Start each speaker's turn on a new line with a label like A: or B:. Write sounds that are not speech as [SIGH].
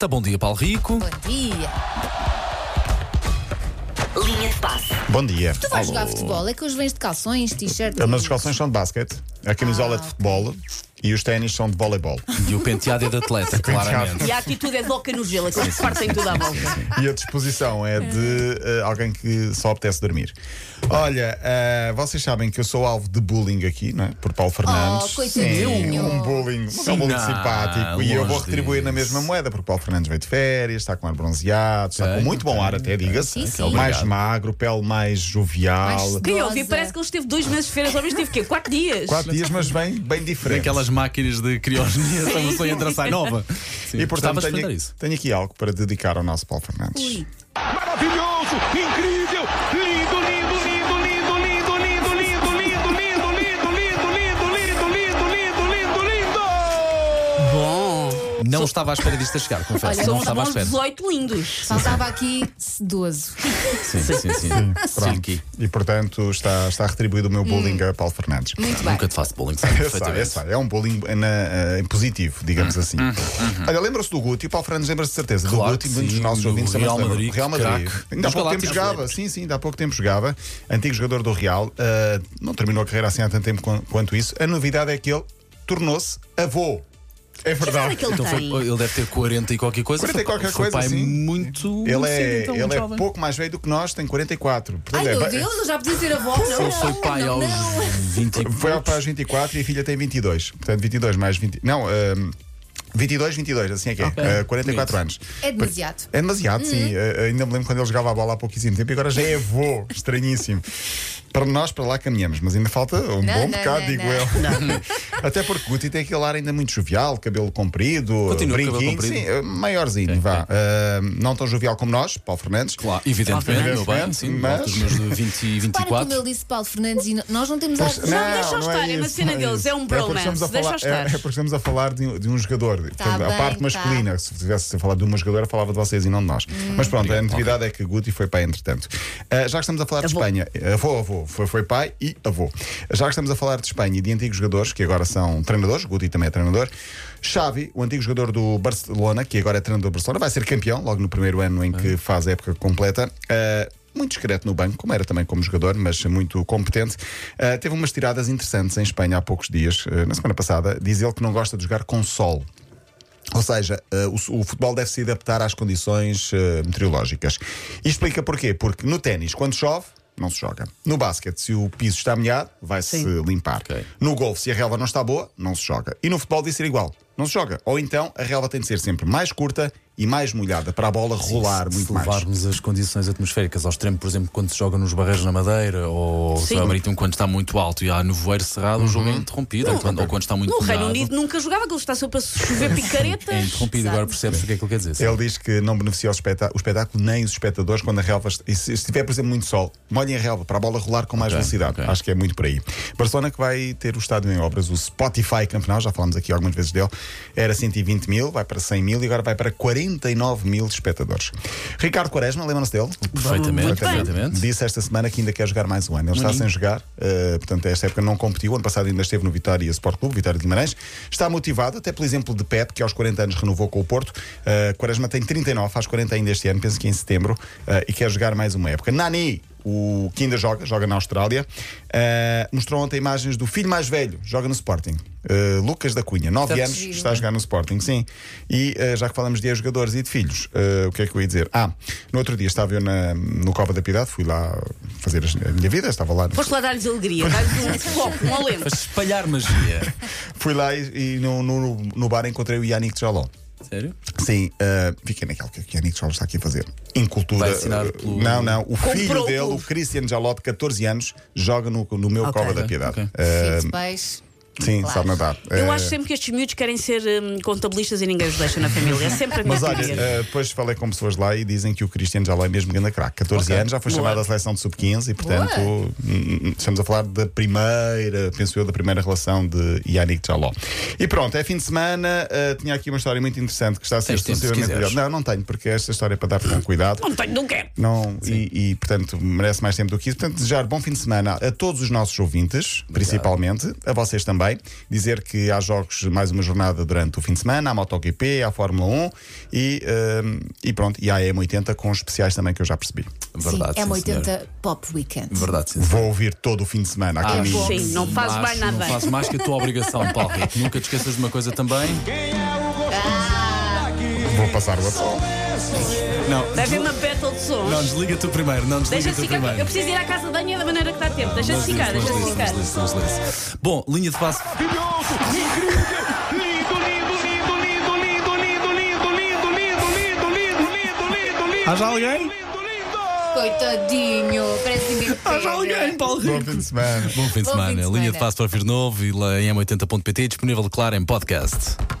A: Tá, Bom dia, Paulo Rico.
B: Bom dia.
C: Linha de passe.
D: Bom dia.
B: Tu vais
D: Alô. É,
B: jogar futebol? É que os vens de calções, t-shirt.
D: Mas os calções são de basquete, a camisola
B: Ah,
D: é de futebol e os ténis são de voleibol.
A: E o penteado é de atleta, claramente.
C: E a atitude é de boca no gelo, aqueles que partem tudo
A: [LAUGHS]
C: à volta.
D: E a disposição é de eh, alguém que só apetece dormir. Olha, eh, vocês sabem que eu sou alvo de bullying aqui, não é? Por Paulo Fernandes.
B: Oh, coitadinho.
D: Sim, um bullying, mas é um bullying
A: não,
D: simpático. E eu vou
A: longe
D: retribuir na
A: disso.
D: mesma moeda, porque Paulo Fernandes veio de férias, está com ar bronzeado, está com
A: Tenho,
D: muito bom ar, até
B: Sim,
D: diga-se.
B: sim.
D: Mais
A: Obrigado.
D: magro, pele mais
B: Mais
D: jovial.
B: sedosa.
C: Quem ouve? Parece que ele esteve dois meses de férias, ao menos esteve o quê? Quatro dias?
D: Quatro dias, mas bem, bem diferente.
A: Aquelas máquinas de criogenia, estamos só entra sai nova. Sim,
D: E portanto,
A: gostavas de
D: tenho,
A: fazer isso.
D: tenho aqui algo para dedicar ao nosso Paulo Fernandes.
E: Maravilhoso, incrível, lindo, lindo, lindo, lindo, lindo, lindo, lindo, lindo, lindo, lindo, lindo, lindo, lindo, lindo, lindo, lindo, lindo.
C: Bom.
A: Não estava à espera disto a chegar, confesso.
B: Olha,
A: não
C: São uns
A: estava à
C: bons
A: espera.
C: 18 lindos.
B: Faltava aqui sedoso.
A: Sim, sim, sim. sim. Silky.
D: E portanto está, está retribuído o meu bullying a Paulo Fernandes.
B: Muito bem.
A: Nunca te faço bullying, sabe
D: Eu sei, eu
A: perfeitamente. Hum,
D: sei, é um bullying eh, na- eh, positivo, digamos assim. Olha, lembra-se do Guti, o Paulo Fernandes lembra-se de certeza
A: Claro
D: do Guti,
A: que
D: muitos
A: sim,
D: dos nossos
A: do
D: ouvintes também
A: Real
D: se lembram.
A: Madrid,
D: Real Madrid.
A: craque.
D: Ainda há
A: Dos
D: pouco tempo
A: Galácticos
D: jogava,
A: Verdes.
D: sim, sim, ainda há pouco tempo jogava. Antigo jogador do Real, eh, não terminou a carreira assim há tanto tempo quan- quanto isso. A novidade é que ele tornou-se avô. É
C: Sabe
D: verdade.
C: que ele
A: Então foi-
C: tem?
A: ele deve ter 40 e qualquer coisa.
D: 40 e
A: Foi-
D: qualquer
A: foi
D: coisa,
A: pai
D: sim.
A: muito.
D: Ele é,
A: cedo, então, muito
D: ele é
A: jovem.
D: pouco mais velho do que nós, tem 44. Portanto,
B: Ai
D: é,
B: meu
D: vai-
B: Deus, eu já podia ser avó. Não,
A: Ele foi
B: não,
A: pai
B: não,
A: aos
B: não.
A: 20 e
D: Foi para os 24 e a filha tem 22. Portanto, 22 mais 20. Não, hum, ahm, 22, 22, assim é que é.
A: Ok.
D: Ah, 44
A: Bonito.
D: anos.
B: É demasiado. Uhum.
D: É demasiado, sim. Ah, ainda me lembro quando ele jogava a bola há pouquíssimo tempo e agora já
B: [LAUGHS]
D: é avô. Estranhíssimo. Para nós, para lá caminhamos, mas ainda falta um
B: Não,
D: bom
B: não,
D: bocado,
B: não,
D: digo
B: [LAUGHS] não.
D: eu. Até porque Guti tem aquele ar ainda muito jovial, cabelo comprido,
A: Continua com o cabelo
D: brinquinho.
A: comprido.
D: Sim, ah, maiorzinho, vá. Ah, não tão jovial como nós, Paulo Fernandes.
A: Claro, evidentemente, meu bem, sim,
D: Mas-
A: mas... dos meus 20 e
B: Para
A: 24.
B: como ele disse Paulo Fernandes e no- nós não temos
D: Pois-
B: ar- já-
C: deixa
D: não
C: estar, é uma
D: isso,
C: cena
D: não
C: deles, é um
D: isso. porque estamos a
C: bromance, deixa
D: falar-
C: estar.
D: É, é porque estamos a falar de, um- de um jogador. Portanto,
B: bem,
D: a parte
B: tá.
D: masculina, se tivesse a falar de uma jogadora, falava de vocês e não de nós. Mas pronto, a novidade é que Guti foi pai, entretanto. Ah, já que estamos a falar de
C: Avô.
D: Espanha, avô, avô, foi, foi pai e avô. Já que estamos a falar de Espanha e de antigos jogadores, que agora são treinadores, Guti também é treinador, Xavi, o antigo jogador do Barcelona, que agora é treinador do Barcelona, vai ser campeão logo no primeiro ano em que faz a época completa. Ah, muito discreto no banco, como era também como jogador, mas muito competente. Ah, teve umas tiradas interessantes em Espanha há poucos dias, ah, na semana passada. Diz ele que não gosta de jogar com sol. Ou seja, eh, o, o futebol deve se adaptar às condições eh, meteorológicas. E explica porquê. Porque no ténis, quando chove, não se joga. No basquete, se o piso está molhado, vai-se limpar.
A: Ok.
D: No golfe, se a relva não está boa, não se joga. E no futebol, deve ser igual. Não se joga. Ou então, a relva tem de ser sempre mais curta e mais molhada para a bola rolar
A: se
D: muito mais.
A: levarmos as condições atmosféricas ao extremo, por exemplo, quando se joga nos barreiros na madeira ou se vai ao marítimo quando está muito alto e há nevoeiro cerrado, o jogo é interrompido, ou, quando, ou quando está muito
C: No Reino
A: molhado,
C: Unido nunca jogava, que ele está só para chover
A: [LAUGHS]
C: picaretas.
A: É interrompido, agora percebes o que é que ele quer dizer.
D: Ele diz que não beneficia o, espetá- o espetáculo nem os espectadores quando a relva. est- E se se tiver, por exemplo, muito sol, molhem a relva para a bola rolar com mais
A: Ok,
D: velocidade.
A: ok.
D: Acho que é muito por aí. Barcelona que vai ter o estádio em obras, o Spotify Campeonato, já falámos aqui algumas vezes dele, era 120 mil, vai para 100 mil e agora vai para 49 mil espectadores. Ricardo Quaresma, lembram-se dele?
A: Perfeitamente,
C: Muito bem.
A: perfeitamente.
D: Disse esta semana que ainda quer jogar mais um ano. Ele está
A: Maninho.
D: sem jogar, eh, portanto, esta época não competiu. Ano passado ainda esteve no Vitória Sport Clube, Vitória de Guimarães. Está motivado, até pelo exemplo de Pep, que aos 40 anos renovou com o Porto. Eh, Quaresma tem 39, faz 40 ainda este ano, penso que em setembro, eh, e quer jogar mais uma época. Nani! O que ainda joga, joga na Austrália, eh, mostrou ontem imagens do filho mais velho, joga no Sporting. Eh, Lucas da Cunha, 9
A: Está
D: anos,
A: giro.
D: está a jogar no Sporting, sim. E eh, já que falamos de jogadores e de filhos, eh, o que é que eu ia dizer? Ah, no outro dia estava eu na, no Cova da Piedade, fui lá fazer as- a minha vida, estava lá.
C: Foste lá dar-lhes alegria, dar-lhes
A: [LAUGHS]
C: um foco, um alento.
A: Para espalhar magia.
D: Fui lá e, e no, no, no bar encontrei o Yannick Jaló.
A: Sério?
D: Sim, eh, fiquei naquela que o Yannick Jaló está aqui a fazer. Incultura.
A: Vai assinar
D: eh,
A: pelo-
D: Não, não. O filho
C: o
D: dele, o
C: clube.
D: Cristiano Jaló, de 14 anos, joga no, no meu
C: Ok.
D: Cova da
A: Ok,
D: Piedade.
A: ok.
D: Eh,
A: É,
B: Filho de pais.
D: sim,
B: Claro.
D: sabe nadar.
C: Eu
D: Eh,
C: acho sempre que estes miúdos querem ser hum, contabilistas e ninguém os deixa na família. É sempre a minha
D: Mas olha,
C: teoria.
D: eh, depois falei com pessoas lá e dizem que o Cristiano já lá é mesmo grande craque. 14
A: Ok.
D: anos, já foi chamado à seleção de sub-15 e, portanto, hum, hum, estamos a falar da primeira, penso eu, da primeira relação de Yannick Jaló. E pronto, é fim de semana. eh, tinha aqui uma história muito interessante que está a ser
A: Tens tempo, se
D: sucessivamente
A: quiseres.
D: olhada. Não, não tenho, porque esta história é para dar com cuidado.
C: Não tenho, não quero.
D: Não, e, e, portanto merece mais tempo do que isso. Portanto, desejar bom fim de semana a todos os nossos ouvintes, principalmente, a vocês também. pai. Dizer que há jogos, mais uma jornada durante o fim de semana, há MotoGP, há Fórmula 1 e, hum, e pronto, e há a M80 com os especiais também que eu já percebi.
A: Verdade,
B: sim, é
A: sim,
B: uma
A: senhora.
B: 80 Pop Weekend.
A: Verdade, sim.
D: Vou ouvir todo o fim de semana.
A: Ah,
D: há quem me-
C: bom. Sim, não fazes
A: fazes
C: mais
A: Não
C: nada.
A: fazes mais que a tua obrigação, Paulo Rico. Nunca te esqueças de uma coisa também.
D: Vou passar o WhatsApp.
A: Não,
C: Deve haver uma battle de sons.
A: não desliga tu primeiro. Não desliga
C: Deixa-te
A: tu
C: ficar.
A: primeiro.
C: Eu preciso ir à casa de banho da maneira que dá tempo. Deixa-te ficar,
A: Mas
C: deixa-te
A: liso,
C: ficar.
A: mas liso, mas liso. Bom, linha de passo.
E: Maravilhoso, incrível, lindo, lindo, lindo, lindo, lindo, lindo, lindo, lindo, lindo, lindo, lindo, lindo, lindo, lindo.
A: Há já alguém?
E: Lindo, lindo.
B: Coitadinho, parece ninguém. pega.
A: Paulo
D: Bom fim de semana.
A: Bom fim de
B: Bom fim de
A: semana. Linha de
B: semana.
A: passo para vir novo e lá em m80.pt disponível, claro, em podcast.